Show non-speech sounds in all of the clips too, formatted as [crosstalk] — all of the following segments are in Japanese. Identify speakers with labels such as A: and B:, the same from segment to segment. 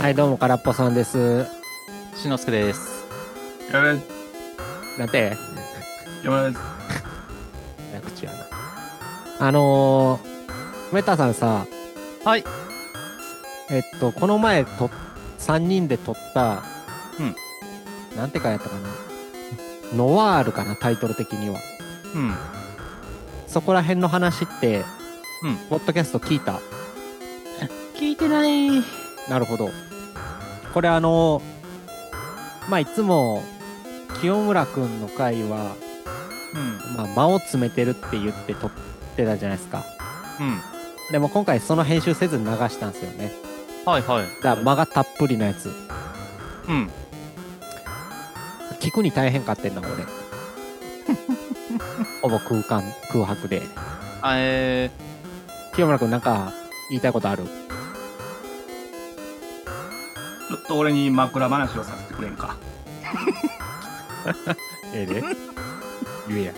A: はい、どうも、からっぽさんです。
B: しのすけです。
C: やべ、
A: なんて、
C: やべ、
A: 口やな。あのー、メタさんさ、
B: はい。
A: えっと、この前と、3人で撮った、
B: うん。
A: なんてかやったかな。ノワールかな、タイトル的には。
B: うん。
A: そこら辺の話って、
B: うん
A: ポッドキャスト聞いた
B: 聞いてない。
A: なるほど。これあの、まあ、いつも、清村くんの回は、
B: うん。
A: まあ、間を詰めてるって言って撮ってたじゃないですか。
B: うん。
A: でも今回その編集せずに流したんですよね。
B: はいはい。
A: だから間がたっぷりのやつ。
B: うん。
A: 聞くに大変かってんな、 [laughs] 俺。ほぼ空間、空白で。
B: あえ
A: 清村くんなんか言いたいことある
C: ちょっと俺に枕話をさせてくれんか。
A: [laughs] ええで。言えや。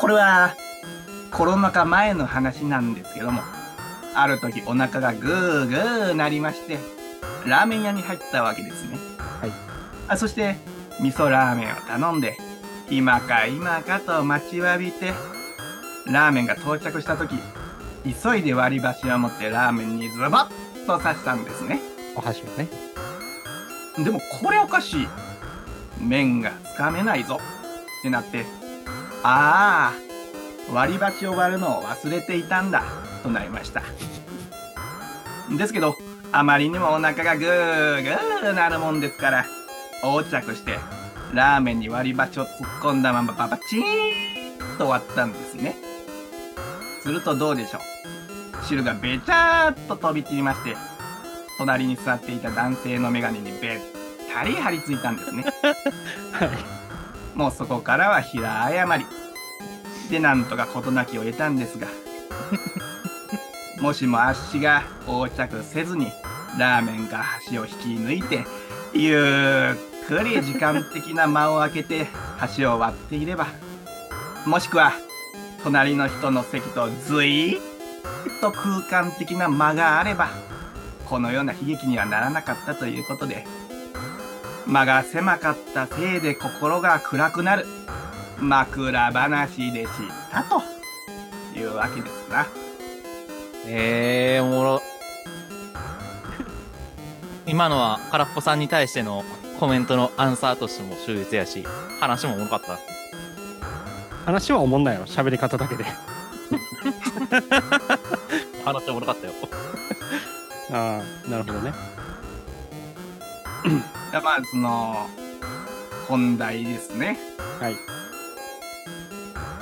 C: これは、コロナ禍前の話なんですけども、ある時お腹がグーグーなりまして、ラーメン屋に入ったわけですね。
A: はい。
C: あそして、味噌ラーメンを頼んで、今か今かと待ちわびて、ラーメンが到着した時、急いで割り箸を持ってラーメンにズボッと刺したんですね。
A: お箸をね。
C: でもこれおかしい。麺がつかめないぞ。ってなって、ああ、割り箸を割るのを忘れていたんだ。となりました。ですけど、あまりにもお腹がぐーぐーなるもんですから、横着して、ラーメンに割り箸を突っ込んだままババチーンと割ったんですね。するとどうでしょう。汁がべちゃーっと飛び散りまして、隣に座っていた男性の眼鏡にべったり張り付いたんですね
A: [laughs] はい。
C: もうそこからは平謝りでなんとか事なきを得た
A: [laughs]
C: んですがもしもあっしが横着せずにラーメンが箸を引き抜いてゆっくり時間的な間を空けて箸を割っていればもしくは隣の人の席とずいっと空間的な間があればこのような悲劇にはならなかったということで間が狭かったせいで心が暗くなる枕話でしたというわけですな
B: ー、えー、おもろ。今のは空っぽさんに対してのコメントのアンサーとしても秀逸やし、話もおもろかった。
A: 話は思んないよ、喋り方だけで。
B: 話おもろかったよ。
A: ああ、なるほどね。
C: だまあその本題ですね
A: はい。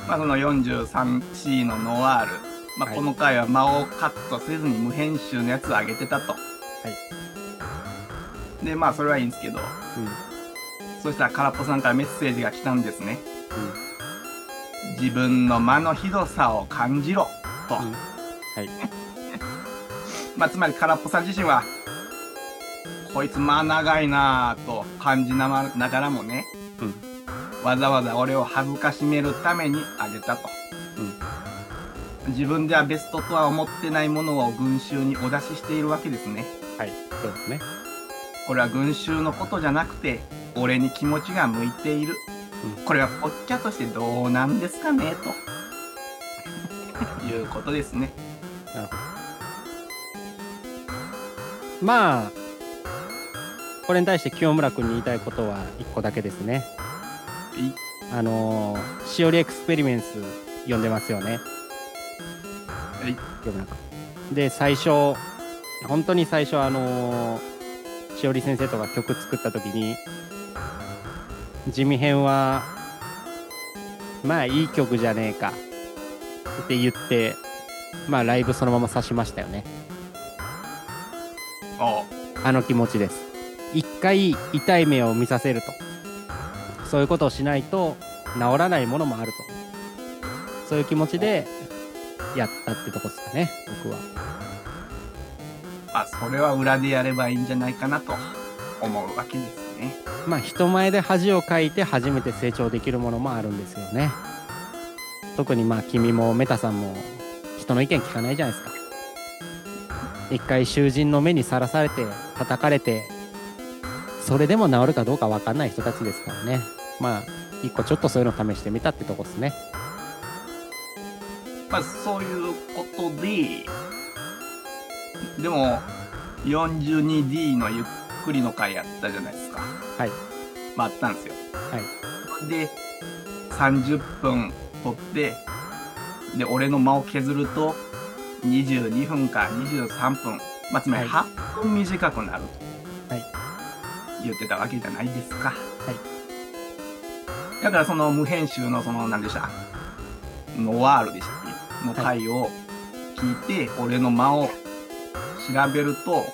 C: まあその 43C のノワール、まあ、
A: はい
C: この回は間をカットせずに無編集のやつを上げてたと、でまあそれはいいんですけど
A: うん。
C: そしたら空っぽさんからメッセージが来たんですね。自分の間のひどさを感じろと。
A: うんはい。
C: まあつまり空っぽさん自身は、こいつ間長いなぁと感じなまながらもね、
A: うん
C: わざわざ俺を恥ずかしめるためにあげたと。自分ではベストとは思ってないものを群衆にお出ししているわけですね。
A: はい。そうですね。
C: これは群衆のことじゃなくて俺に気持ちが向いている、
A: う
C: これはポッキャとしてどうなんですかね
A: [laughs]
C: ということですね
A: まあ、これに対して清村くんに言いたいことは1個だけですね。
C: い
A: あのー、しおりエクスペリメンス読んでますよね。
C: い
A: 読むなかで、最初、本当に最初、あのーしおり先生とか曲作った時に、地味編は、まあいい曲じゃねえかって言って、まあライブそのまま刺しましたよね。
C: おう
A: あの気持ちです。一回痛い目を見させると。そういうことをしないと治らないものもあると。そういう気持ちでやったってとこですかね、僕は。
C: まあそれは裏でやればいいんじゃないかなと思うわけですね
A: まあ人前で恥をかいて初めて成長できるものもあるんですよね。特にまあ君もメタさんも人の意見聞かないじゃないですか。一回囚人の目にさらされて叩かれてそれでも治るかどうか分かんない人たちですからねまあ一個ちょっとそういうの試してみたってとこですね
C: まあ、そういうことで、でも、42D のゆっくりの回やったじゃないですか。
A: はい。
C: まあ、あったんですよ。
A: はい
C: で、30分取って、で、俺の間を削ると、22分か23分、まあ、つまり
A: は
C: 8分短くなると、
A: はい
C: 言ってたわけじゃないですか。だからその無編集のその何でしたノワールでしたっけの回を聞いて、俺の間を調べると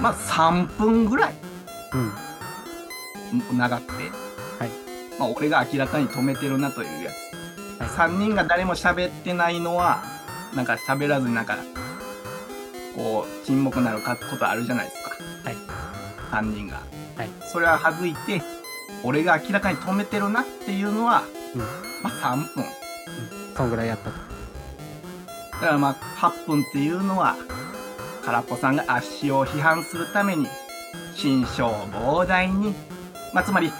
C: まあ3分ぐらい
A: うん
C: 長くて、
A: はい
C: まあ、俺が明らかに止めてるなというやつ、
A: はい
C: 3人が誰も喋ってないのはなんか喋らずになんかこう沈黙なるかことあるじゃないですか、
A: はい
C: 3人が、
A: はい
C: それは省いて俺が明らかに止めてるなっていうのは、
A: うん
C: まあ、3分
A: そんぐらいやった
C: だからまあ8分っていうのは空っぽさんが圧を批判するために心象膨大に、まあ、つまり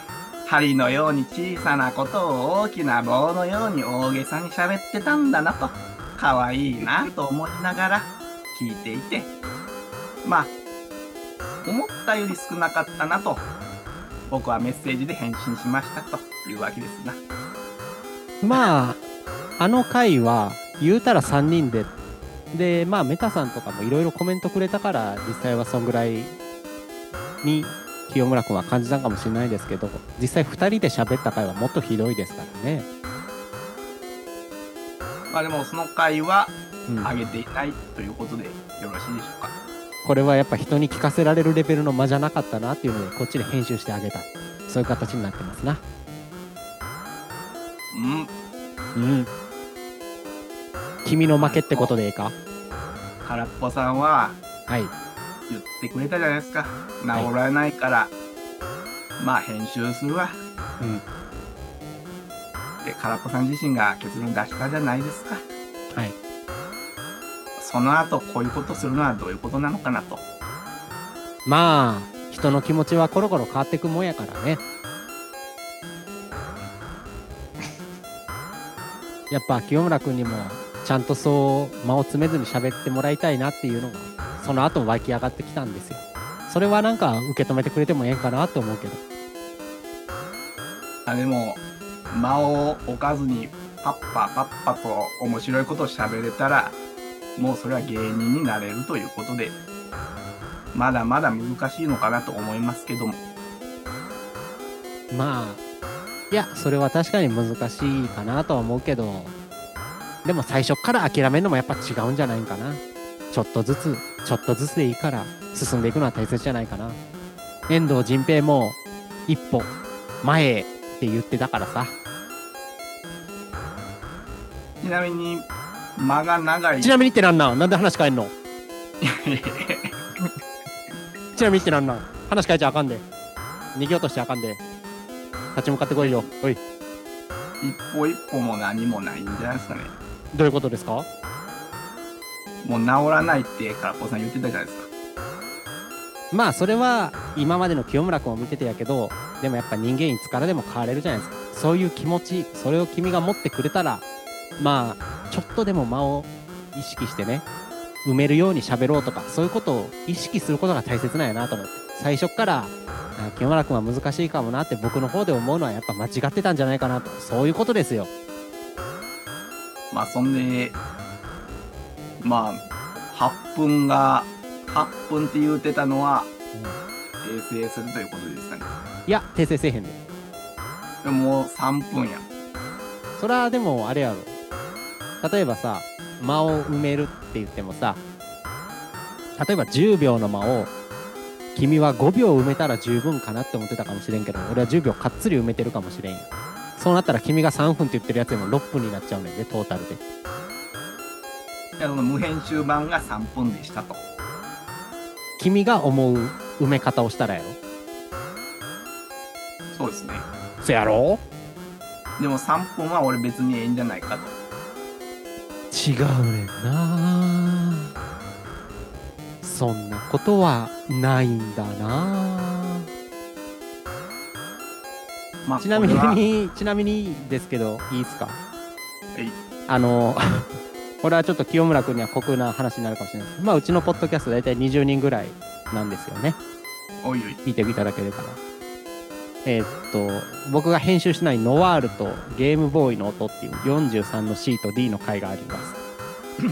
C: 針のように小さなことを大きな棒のように大げさに喋ってたんだなと可愛いなと思いながら聞いていてまあ思ったより少なかったなと僕はメッセージで返信しましたというわけですな。
A: まああの回は言うたら3人ででまあメタさんとかもいろいろコメントくれたから実際はそんぐらいに清村君は感じたんかもしれないですけど実際2人で喋った回はもっとひどいですからね、
C: まあでもその回は
A: うん、
C: 上げていないということでよろしいでしょうか。
A: これはやっぱ人に聞かせられるレベルの間じゃなかったなっていうのでこっちで編集してあげたそういう形になってますな
C: うん、
A: うん君の負けってことでいいか
C: 空っぽさんは
A: はい
C: 言ってくれたじゃないですか。治
A: はい
C: らないから、まあ編集するわ
A: うん
C: って空っぽさん自身が結論出したじゃないですか。
A: はい
C: その後こういうことするのはどういうことなのかなと。
A: まあ人の気持ちはコロコロ変わってくもんやからねやっぱ清村君にもちゃんとそう間を詰めずに喋ってもらいたいなっていうのがその後湧き上がってきたんですよそれはなんか受け止めてくれてもええんかなと思うけど
C: あでも間を置かずにパッパパッパと面白いことを喋れたらもうそれは芸人になれるということでまだまだ難しいのかなと思いますけども。
A: まあいやそれは確かに難しいかなとは思うけどでも最初から諦めるのもやっぱ違うんじゃないんかなちょっとずつちょっとずつでいいから進んでいくのは大切じゃないかな遠藤仁平も一歩前へって言ってたからさ
C: ちなみに間が長い
A: ちなみにってなんなんなんで話変えんのちなみにってなんなん話変えちゃあかんで逃げようとしてあかんで立ち向かってこいよおい
C: 一歩一歩も何もないんじゃないですかね。
A: どういうことですか
C: もう治らないって空っぽさん言ってたじゃないですか。
A: まあそれは今までの清村君を見ててやけどでもやっぱ人間いつからでも変われるじゃないですかそういう気持ちそれを君が持ってくれたらまあちょっとでも間を意識してね埋めるように喋ろうとかそういうことを意識することが大切なんやなと思って最初っからあ清村君は難しいかもなって僕の方で思うのはやっぱ間違ってたんじゃないかなとそういうことですよ
C: まあそんで、まあ、8分が、8分って言うてたのは、訂正するということですかね。
A: いや訂正せえへんで
C: でももう3分や。
A: そらでもあれやろ例えばさ間を埋めるって言ってもさ例えば10秒の間を君は5秒埋めたら十分かなって思ってたかもしれんけど俺は10秒かっつり埋めてるかもしれんよそうなったら君が3分って言ってるやつでも6分になっちゃうねんでトータルで
C: いやその無編集版が3分でしたと。
A: 君が思う埋め方をしたらやろ
C: そうですね。
A: そやろ
C: でも3分は俺別にええんじゃないかと。
A: 違うねんなそんなことはないんだな
C: まあ
A: ちなみ
C: これは
A: にちなみにですけどいいですか
C: い
A: あの [laughs] これはちょっと清村君には酷な話になるかもしれないですまあうちのポッドキャスト大体20人ぐらいなんですよね
C: おいおい
A: 見ていただければなえーっと僕が編集しない「ノワール」と「ゲームボーイの音」っていう43の C と D の回があります
C: い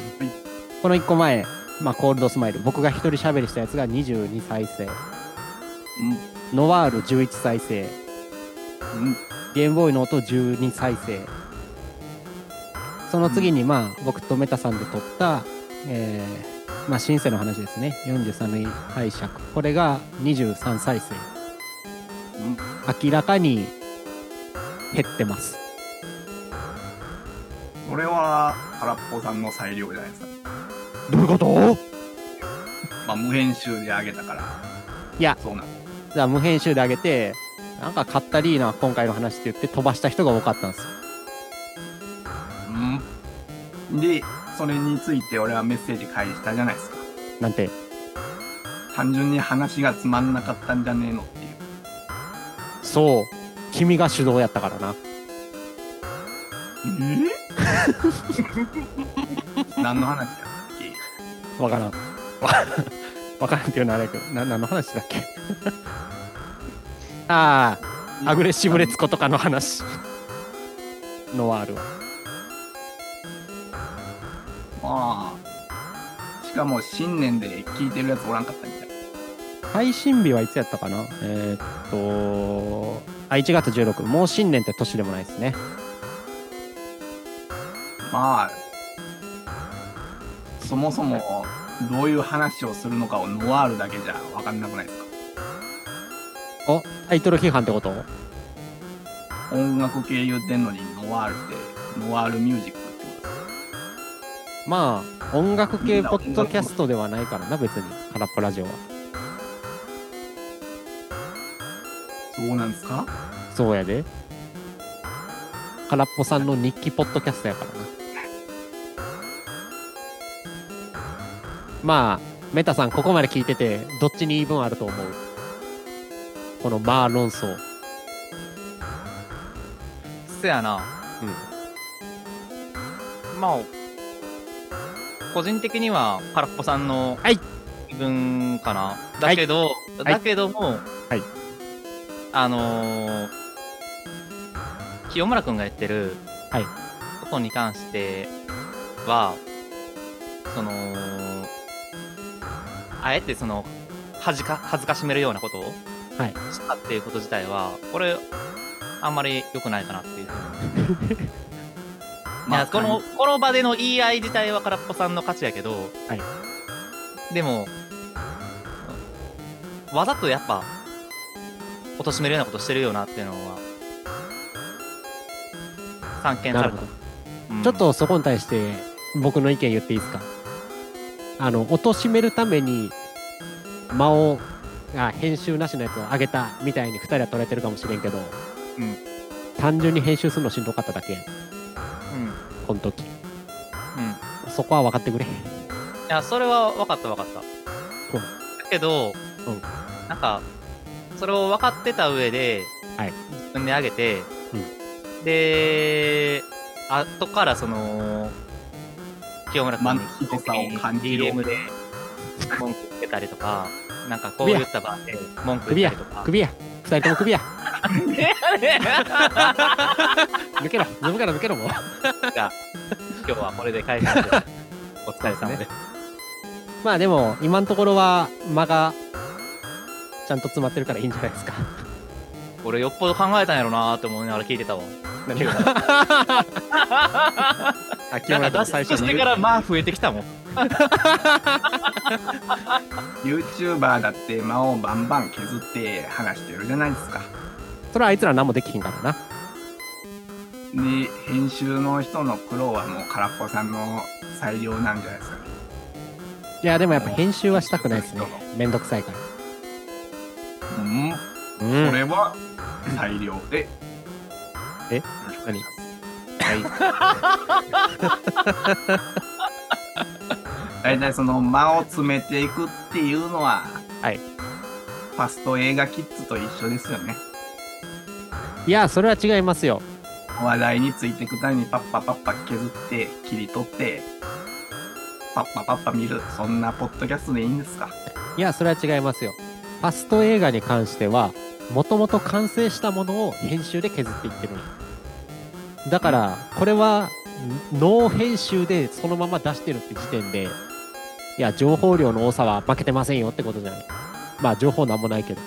A: この1個前、まあ、コールドスマイル僕が一人喋りしたやつが22再生
C: う
A: ノワール11再生
C: んうん
A: ゲームボーイの音12再生その次にまあ、僕とメタさんで撮った、えーまあ、シンセの話ですね43の拝借これが23再生
C: うん
A: 明らかに減ってます
C: これは空っぽさんの裁量じゃないですか
A: どういうこと
C: まあ無編集であげたから
A: いや
C: そうなん
A: じゃあ無編集で上げてなんか買ったりーな今回の話って言って飛ばした人が多かったんですよ
C: うんでそれについて俺はメッセージ返したじゃないですか
A: なんて
C: 単純に話がつまんなかったんじゃねえのっていう
A: そう君が主導やったからな
C: え
A: [laughs]
C: 何の話だったっけ
A: わからん [laughs] わからんっていうのはあれやけどな何の話だっけ [laughs] ああアグレッシブレツコとかの話ノワールは
C: まあしかも新年で聞いてるやつおらんかったみたい
A: 配信日はいつやったかなえーっとあ1月16もう新年って年でもないですね
C: まあそもそもどういう話をするのかをノワールだけじゃ分かんなくないですか
A: おタイトル批判ってこと
C: 音楽系言ってんのにノワールってノワールミュージックってことです
A: まあ音楽系ポッドキャストではないからな別に空っぽラジオは
C: そうなんですか
A: そうやで空っぽさんの日記ポッドキャストやからなまあメタさんここまで聞いててどっちに言い分あると思うこのまあ論争
B: せやな。まあ、個人的には空っぽさんの
A: はい
B: 気分かな。
A: はい
B: だけど、
A: はい
B: だけども、
A: はい
B: あのー清村くんがやってる
A: はい
B: ことに関しては、その、あえてその、恥か、恥ずかしめるようなことを
A: はい
B: したっていうこと自体は、これ、あんまり良くないかなっていうふうにいやこのこの場での言い合い自体は空っぽさんの勝ちやけど、でもわざとやっぱ貶としめるようなことしてるよなっていうのは散見さ
A: な
B: れ
A: るほ
B: た
A: ど、
B: うん
A: ちょっとそこに対して僕の意見言っていいですかあの貶めるために間をあ編集なしのやつを上げたみたいに2人は取れてるかもしれんけど、
B: うん
A: 単純に編集するのしんどかっただけやん
B: うんうん
A: この時
B: い
A: そこは分かってくれ
B: やそれは分かった分かった
A: そう
B: だけど、
A: うん
B: なんかそれを分かってた上で、
A: はい
B: 自分で上げて、で後からその清村君に
C: まあひどさを感じる
B: DM で文句つけたりとかなんかこう言った場で文句
A: 首
B: 言っ
A: や
B: たりとか
A: 首や2人とも
B: [laughs]
A: 首や
B: じ
A: 抜けろズームから抜けろもう
B: ゃあ今日はこれで解
A: [laughs]
B: 散ですお疲れ様です
A: まあでも今のところは間がちゃんと詰まってるからいいんじゃないですか
B: 俺よっぽど考えたんやろなーって思いながら聞いてたわ
A: 何 [laughs] があ
B: な
A: 清
B: ん
A: 村君
B: か脱
A: 最
B: 出
A: 初
B: して
A: に
B: からまあ増えてきたもん
C: YouTuber だって間をバンバン削って話してるじゃないですか。
A: それはあいつら何もできひんからな
C: で、編集の人の苦労はもう空っぽさんの裁量なんじゃないですかね。
A: いやでもやっぱ編集はしたくないですね
C: そうそう
A: めんどくさいから
C: うん、
A: う
C: こ
A: ん
C: れは裁量で。
A: え
C: よろしくお願いします
A: はい
C: [laughs] 大体その間を詰めていくっていうのは、
A: はい
C: ファスト映画キッズと一緒ですよね。
A: いやそれは違いますよ
C: 話題についていくためにパッパパッパ削って切り取ってパッパパッパ見るそんなポッドキャストでいいんですか
A: いやそれは違いますよファスト映画に関してはもともと完成したものを編集で削っていってるだからこれはノー編集でそのまま出してるって時点でいや情報量の多さは負けてませんよってことじゃないまあ情報なんもないけど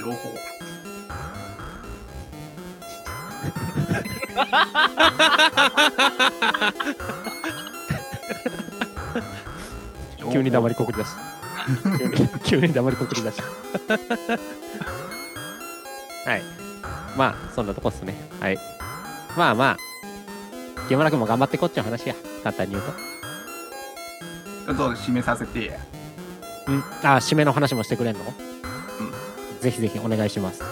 C: 両 [laughs] 方
A: 急に黙りこくり出 [laughs] した急に急に黙りこくり [laughs] 出したはいまあそんなとこっすねはいまあまあ山田君も頑張ってこっちの話や簡単に言うと
C: ちょっと締めさせてや
A: うん、あ、締めの話もしてくれんのぜひぜひお願いします。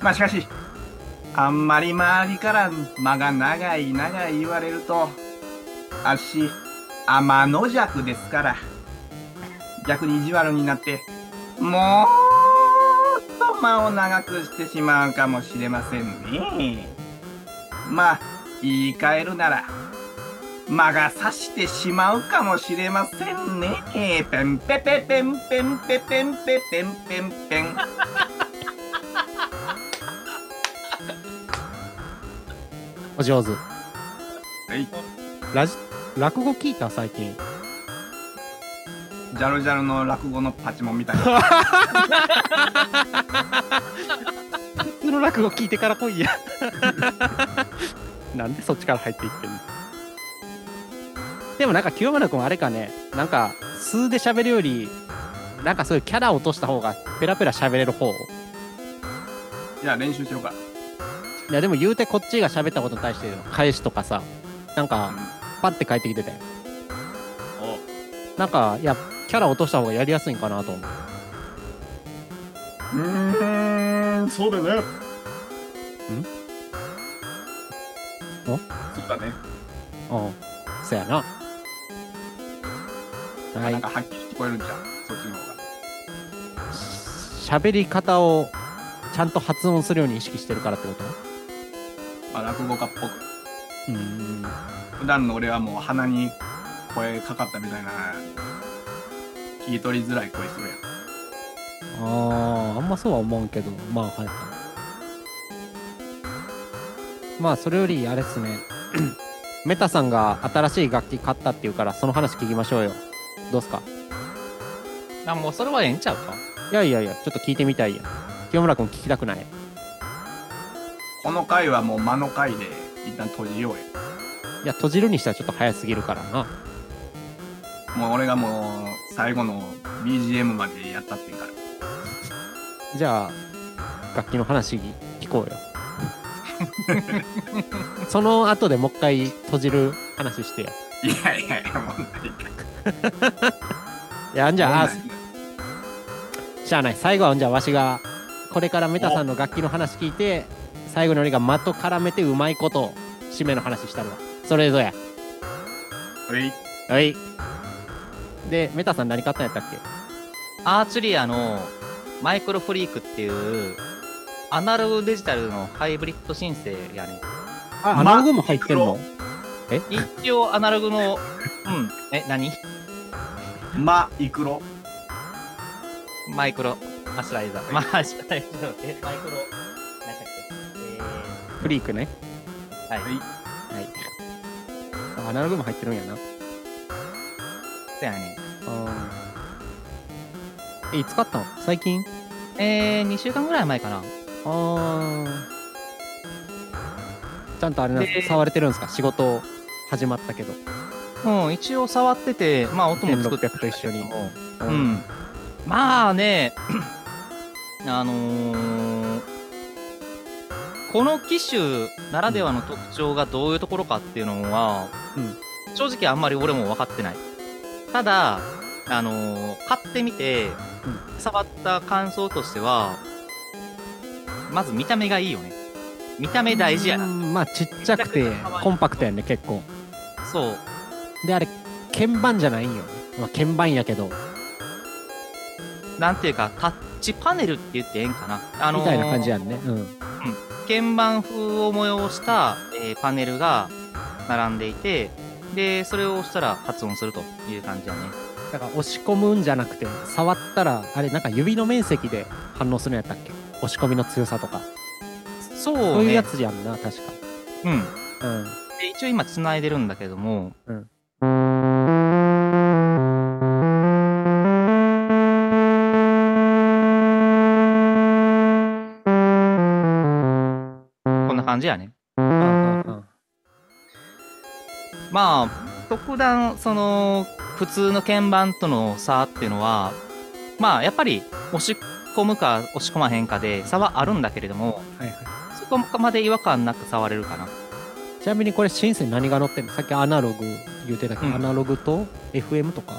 C: まあしかしあんまり周りから間が長い長い言われると足天の弱ですから逆に意地悪になってもうっと間を長くしてしまうかもしれませんねまあ言い換えるなら間が差してしまうかもしれませんねペンペペペンペンペペンペペンペンペン
A: お上手。
C: はい
A: ラジ、落語聞いた最近。
C: ジャルジャルの落語のパチモンみたいな [laughs]
A: 普通の落語聞いてから来い [laughs] や。なんでそっちから入っていってんのでもなんか清村君あれかね、なんか数で喋るより、なんかそういうキャラ落とした方がペラペラ喋れる方
C: いや、練習しようか。
A: いやでも言うてこっちが喋ったことに対しての返しとかさ、なんかパッて返ってきてたよ。なんか、いや、キャラ落とした方がやりやすいんかなと思う。
C: うーん、そうだね。ん
A: お
C: そうだね。
A: うん。そやな。は
C: なん
A: い
C: か。はっきり聞こえるんじゃん、そっちの方が。
A: 喋り方をちゃんと発音するように意識してるからってこと
C: まあ、落語家っぽく。
A: うん。
C: 普段の俺はもう鼻に声かかったみたいな、聞き取りづらい声するやん。
A: ああ、あんまそうは思うけど、まあ、はい。まあ、それより、あれっすね。 [clears throat] メタさんが新しい楽器買ったっていうから、その話聞きましょうよ。どうっすか
B: あ、もうそれはええんちゃうか。
A: いやいやいや、ちょっと聞いてみたいや。清村君聞きたくない
C: この回はもう間の回で、一旦閉じようよ。
A: いや、閉じるにしてはちょっと早すぎるからな。
C: もう俺がもう、最後の BGM までやったっていうから。
A: じゃあ、楽器の話聞こうよ。 [laughs] その後でもう一回閉じる話してや。
C: いやいやいや、もうないか。
A: いや、じゃあ、
C: もうない
A: あしゃあない。最後は、じゃあ、わしが、これからメタさんの楽器の話聞いて、最後に俺が的絡めてうまいこと、締めの話したるわ。それぞや。
C: うい
A: はい。で、メタさん何買ったんやったっけ
B: アーチェリアのマイクロフリークっていう、アナログデジタルのハイブリッド申請やね。
A: あ
C: アナログ
A: も入
C: ってんの
B: 一応アナログの、うん、え、何
C: ま、いくろ。
B: マイクロ、アシュライザー。まあ、アシュライザーえ、マイクロ、何だっけ
A: フリークね。
B: えー、はい。
A: はい。あアナログも入ってるんやな。
B: そうやね。
A: え、いつ買ったの最近
B: えー、2週間ぐらい前かな。
A: ああ。ちゃんとあれなんですか、
B: で
A: 触れてるんですか仕事始まったけど。
B: うん、一応触ってて、まあ音も作って
A: 1600と一緒にう
B: う。ん。まあね、 [coughs] あのーこの機種ならではの特徴がどういうところかっていうのは、
A: うん
B: 正直あんまり俺も分かってない。ただ、あのー買ってみて、触った感想としては、まず見た目がいいよね。見た目大事やな
D: うんまあちっちゃくてコンパクトやね結構
B: そう
A: であれ鍵盤じゃないんよ、まあ、鍵盤やけど
B: なんていうかタッチパネルって言ってええんかなあのー
A: みたいな感じやんねうん
B: 鍵盤風を催した、えーパネルが並んでいてでそれを押したら発音するという感じだね
A: だから押し込むんじゃなくて触ったらあれなんか指の面積で反応するんやったっけ押し込みの強さとか
B: そうね
A: そういうやつやんな確か
B: うん
A: うん
B: で一応今繋いでるんだけども、
A: うん
B: こんな感じやね
A: うんうんうん
B: まあ特段その普通の鍵盤との差っていうのはまあやっぱり押し込むか押し込まへんかで差はあるんだけれども
A: はいはい
B: そこまで違和感なく触れるかな
A: ちなみにこれシンセに何が乗ってんのさっきアナログ言うてたけど、
B: うん
A: アナログと FM とか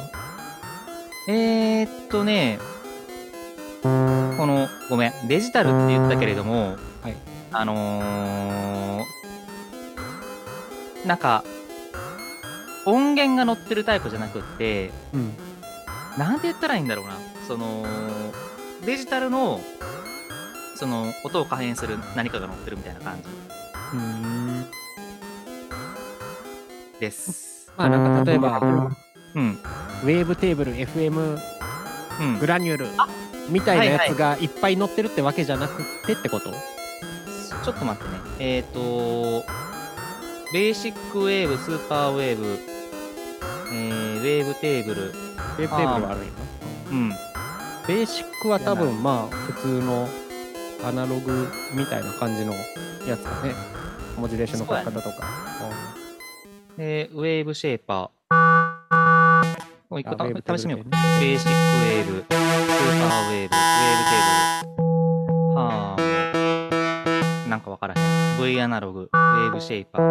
B: えー、っとね、この、ごめん、デジタルって言ったけれども、
A: はい
B: あのー、なんか、音源が載ってるタイプじゃなくって、
A: うん
B: なんて言ったらいいんだろうな、その、デジタルの、その、音を可変する何かが載ってるみたいな感じ
A: うん
B: です。
A: まあなんか例えば
B: うん、
A: ウェーブテーブル FM
B: うん
A: グ。ラニュールみたいなやつがいっぱい乗ってるってわけじゃなくてってこと、
B: ちょっと待ってね。えっ、と、ベーシックウェーブ、スーパーウェーブ、えーウェーブテーブル、
A: ウェーブテーブルはあるんよ
B: うん、
A: なベーシックは多分まあ普通のアナログみたいな感じのやつだねモジュレーションの書き方とか、
B: えーウェーブシェーパー。もう一個た
A: あウェーブテーブル
B: 試してみよう
A: ね
B: か。ベーシックウェーブ、スーパーウェーブ、ウェーブテーブル。はーなんかわからへん。V アナログ、ウェーブシェイパー、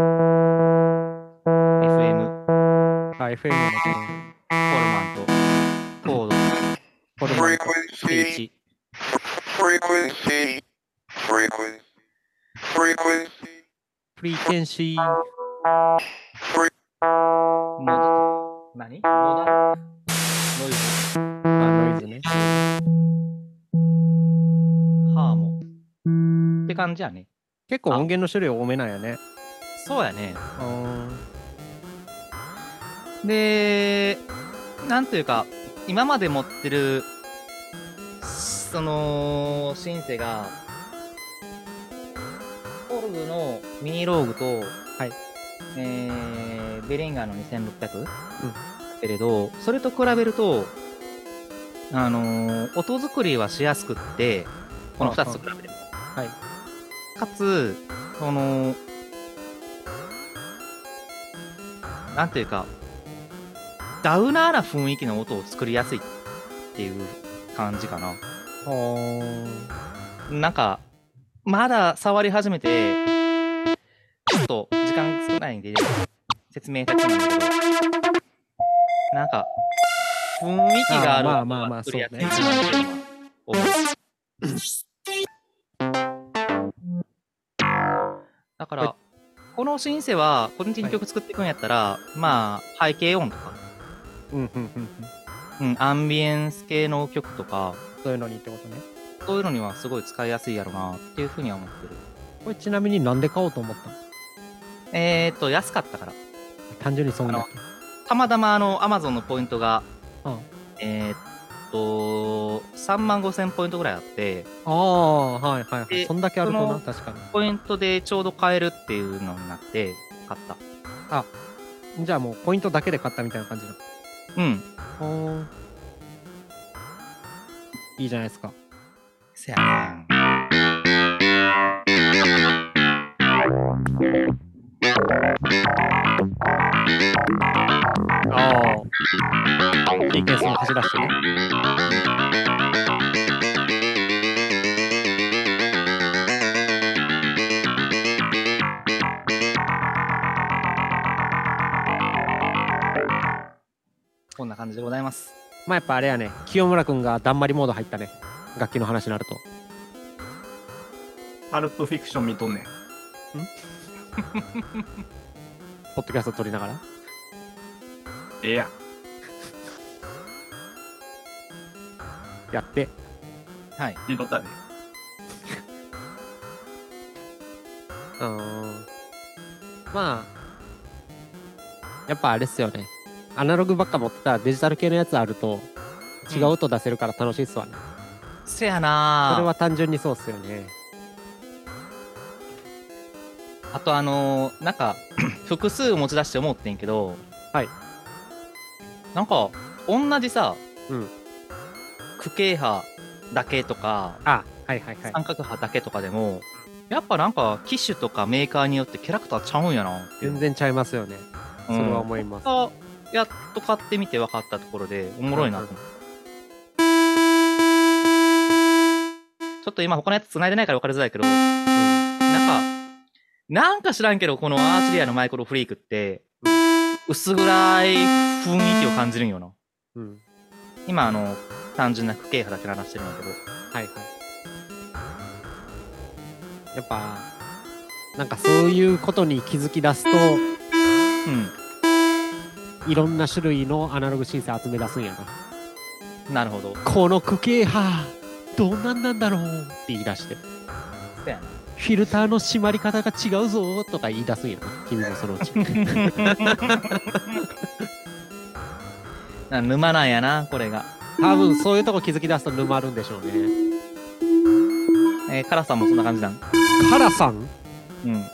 B: FM、
A: あ FM の
B: フォルマント、コード、
A: これも
E: frequency,
B: リーチ。
E: frequency, frequency, frequency,
A: フリーケンシー
E: frequency.
B: モード何モーダノイズ。
A: あノイズね
B: ハーモ。って感じやね。
A: 結構音源の種類多めなんやね
B: そうやね。
A: うん
B: で、なんというか、今まで持ってる、その、シンセが、オルグのミニローグと、
A: はい
B: えー、ベリンガーの2600、けれど、それと比べると、あのー音作りはしやすくって、この2つと比べても。
A: はい
B: かつ、その、なんていうか、ダウナーな雰囲気の音を作りやすいっていう感じかな。
A: は
B: なんか、まだ触り始めて、ちょっと時間少ないんで、説明したくないんだけど、なんか、雰囲気がある
A: あーまあまあまあ
B: 作りやすい
A: そうね
B: っていうのは思うだから、このシンセは、個人的に曲作っていくんやったら、まあ、背景音とか、
A: ーうんうんうんうん
B: うん、アンビエンス系の曲とか、
A: そういうのにってことね
B: そういうのにはすごい使いやすいやろうなっていうふうには思ってる。
A: これちなみになんで買おうと思ったの
B: えー、っと、安かったから。
A: 単純にそんだけ
B: たまたまあの、アマゾンのポイントが、
A: うん
B: えー、っと、3万5千ポイントぐらいあって、
A: ああはいはいはい
B: で
A: そんだけあると
B: そ
A: な
B: の
A: 確か
B: ポイントでちょうど買えるっていうのになって、買った。
A: にじゃあもうポイントだけで買ったみたいな感じの
B: うん。
A: おいいじゃないですか
B: せやね
A: ああフリーケンスも走らしてね
B: こんな感じでございます。
A: まあやっぱあれやね清村君がだんまりモード入ったね楽器の話になると
C: パルプフィクション見とんねん。
F: ポッドキャスト撮りながら
C: ええやん
F: やって
B: はい。
C: ということはね
A: あーまあやっぱあれっすよねアナログばっか持ってたらデジタル系のやつあると違う音出せるから楽しいっすわね、
B: せやな
A: それは単純にそうっすよね
B: あとあのーなんか [clears throat] 複数持ち出して思ってんけど
A: はい
B: なんか同じさ、
A: うん
B: 区形波だけとか
A: あはいはいはい
B: 三角波だけとかでもやっぱなんか機種とかメーカーによってキャラクターちゃうんやなっていう
A: 全然ちゃいますよねそれは思います、
B: あやっと買ってみて分かったところでおもろいなと思って、ちょっと今他のやつ繋いでないから分かりづらいけど、なんかなんか知らんけどこのアーチェリアのマイクロフリークって薄暗い雰囲気を感じるんよな
A: うん、
B: 今あの単純な区形波だけ鳴らしてるんだけど
A: はいはいやっぱなんかそういうことに気づき出すといろんな種類のアナログシンセ集め出すんやな
B: うんなるほど
A: この区形波どんなんなんだろうって言い出して
B: そうやな
A: フィルターの締まり方が違うぞとか言い出すんやな君もそのう [laughs] ち
B: な沼なんやなこれが、
A: 多分そういうとこ気づき出すと沼るんでしょうね
B: えー、カラさんもそんな感じなん
A: カラさん
B: うん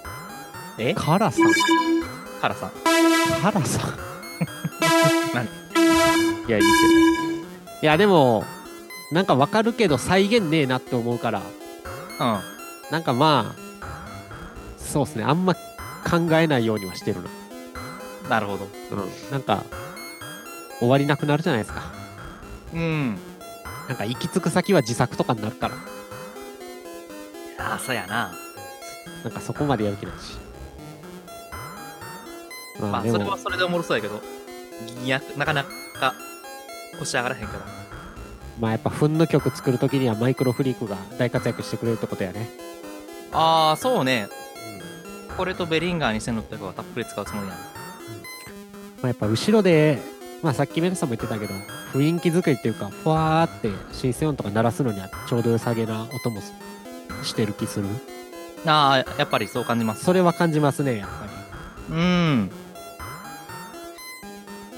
B: え
A: カラさん
B: カラさん
A: カラさん
F: いやいいけ
A: いやでもなんかわかるけど再現ねえなって思うから
B: うん
A: なんかまあそうっすねあんま考えないようにはしてるの
B: なるほど。
A: うんなんか終わりなくなるじゃないですか
B: うん。
A: なんか行き着く先は自作とかになるから
B: あ、そうやな。
A: なんかそこまでやる気ないしま
B: ま
A: あ
B: あ、
A: で
B: それ
A: も
B: はそれでおもろそうやけど、いや、なかなか腰上がらへんから。
A: まあやっぱフンの曲作る時にはマイクロフリークが大活躍してくれるってことやね
B: ああ、そうね。これとベリンガー2600はたっぷり使うつもりやな。
A: まあ、やっぱ後ろで、まあ、さっきメルさんも言ってたけど雰囲気作りっていうかふわーってシンセ音とか鳴らすのにはちょうど良さげな音もすしてる気する
B: ああ、やっぱりそう感じます。
A: それは感じますねやっぱ
B: うん。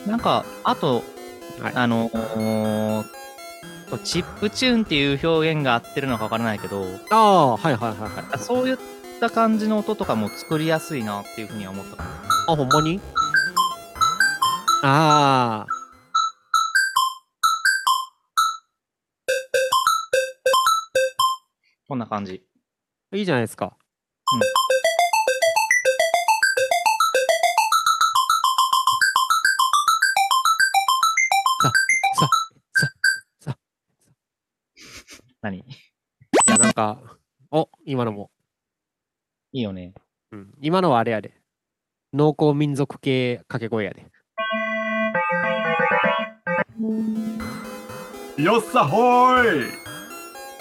B: なんか、あと、
A: はい
B: あのとチップチューンっていう表現が合ってるのかわからないけど、
A: りああはいはいはいはい
B: そういった感じの音とかも作りやすいなっていうふうには思ったかな。
A: あほんまにああ
B: こんな感じ。
A: いいじゃないですか
B: うん
A: ささささ
B: 何い
A: いやなんかお今のも、
B: いよね。
A: うん、今のはあれやで農耕民族系掛け声やで
C: よっさほーい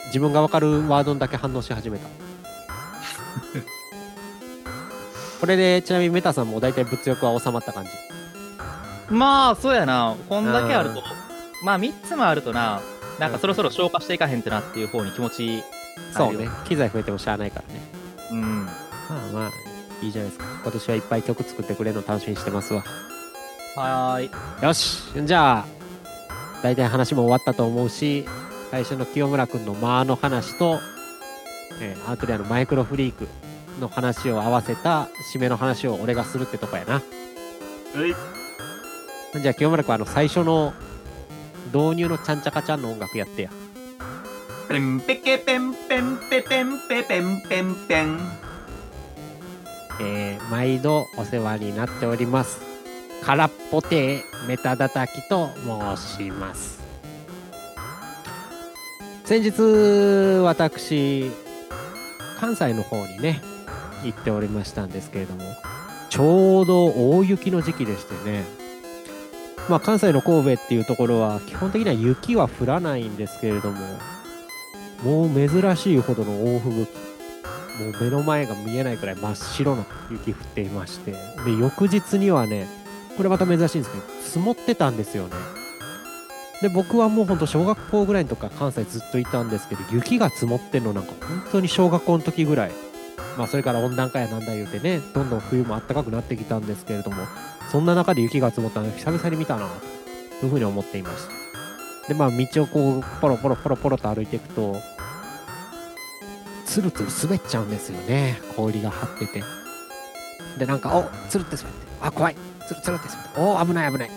A: 自分がわかるワードにだけ反応し始 [laughs] めたこれでちなみにメタさんも大体物欲は収まった感じ
B: まあ、そうやな。こんだけあると、まあ、3つもあるとな、なんかそろそろ消化していかへんってなっていう方に気持ち、
A: そう
B: ある
A: ね
B: よ
A: 機材増えてもしゃあないからね
B: うん。
A: まあまあいいじゃないですか今年はいっぱい曲作ってくれるの楽しみにしてますわ
B: はーい。
A: よしじゃあ大体話も終わったと思うし最初の清村君の間の話と、えーアートリアのマイクロフリークの話を合わせた締めの話を俺がするってとこやな
C: えい
A: じゃあ清村君あの最初の導入のちゃんちゃかちゃんの音楽やってや
C: ペンペケペンペンペペンペペンペンペン
A: えー毎度お世話になっております空っぽ亭メタダタキと申します先日私関西の方にね行っておりましたんですけれどもちょうど大雪の時期でしてねまあ関西の神戸っていうところは基本的には雪は降らないんですけれどももう珍しいほどの大吹雪もう目の前が見えないくらい真っ白な雪降っていましてで翌日にはねこれまた珍しいんですけど積もってたんですよねで僕はもうほんと小学校ぐらいのとか関西ずっといたんですけど雪が積もってんのなんか本当に小学校の時ぐらいまあそれから温暖化やなんだ言うてねどんどん冬も暖かくなってきたんですけれどもそんな中で雪が積もったの久々に見たなというふうに思っていましたでまあ道をこうポロポロポロポロと歩いていくとつるつる滑っちゃうんですよね氷が張っててでなんかおつるって滑ってあ怖いつるつるって滑ってお危ない危ない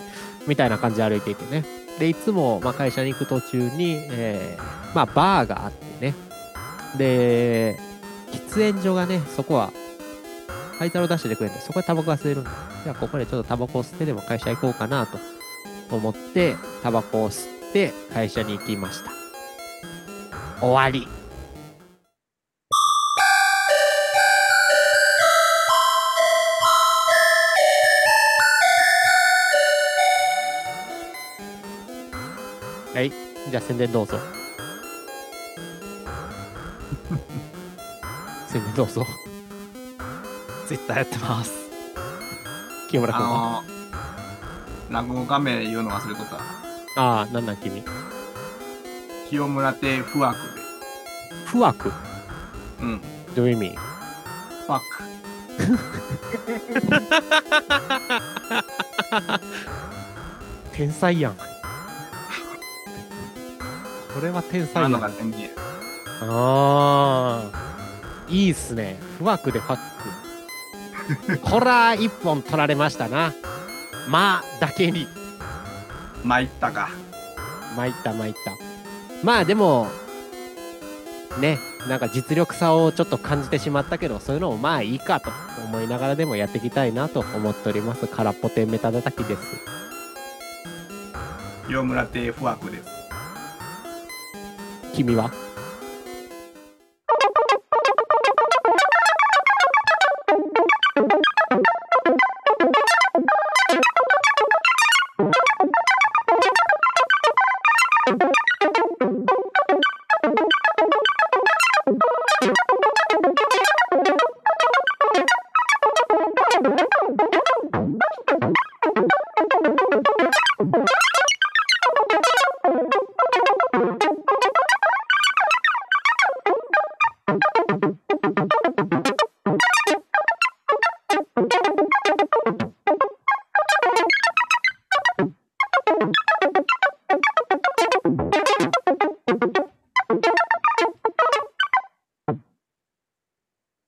A: みたいな感じで歩いていてねでいつもまあ会社に行く途中に、えーまあ、バーがあってねで喫煙所がねそこは灰皿を出しててくれるんでそこでタバコが吸えるんでじゃあここでちょっとタバコを吸ってでも会社行こうかなと思ってタバコを吸って会社に行きました終わりはいじゃあ宣伝どうぞ [laughs] 宣伝どうぞ
B: ツイッターやって
A: [laughs]
B: ます。
A: 清村君は
C: あの落語画面言うの忘れとった
A: ああなんなん君
C: 清村亭不惑で
A: 不惑
C: うん
A: どういう意味
C: ファック
A: 天才やんこれは天才
C: な
A: やん
C: の
A: あ
C: が全然
A: あーいいっすね不惑でファック
C: [laughs]
A: こら一本取られましたなまあだけに
C: 参ったか
A: 参った参ったまあでもねなんか実力差をちょっと感じてしまったけどそういうのもまあいいかと思いながらでもやっていきたいなと思っております空っぽ天メタ叩きです
C: 清村亭不惑です
A: 君は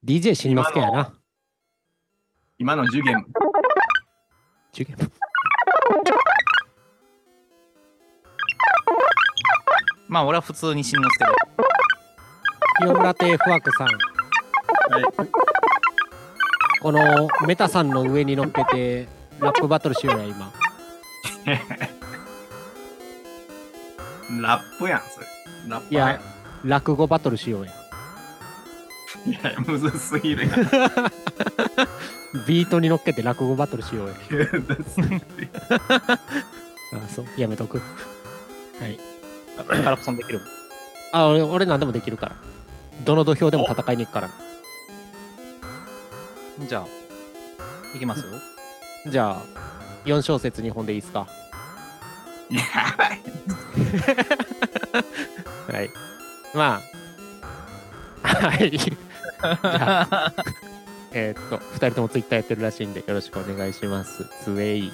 A: デ DJ 死にますけやな
C: 今の受験
A: 中継
B: まあ俺は普通に死んですけど、 [coughs]
A: 清村亭不惑さん
C: はい
A: このメタさんの上に乗っけてラップバトルしようや今
C: ラップやんそれラップ
A: いや落語バトルしようや
C: いやむずすぎるやん
A: ビートに乗っけて落語バトルしようや
C: むずすぎる [laughs]
A: あそうやめとく
B: カラプソンできる。
A: あ俺俺何でもできるからどの土俵でも戦いに行くから
B: じゃあ、いきますよ。
A: じゃあ4小節日本でいいですか
C: やばい
A: はいまあはいじゃあ [laughs] えーっと2人ともツイッターやってるらしいんでよろしくお願いしますツエイ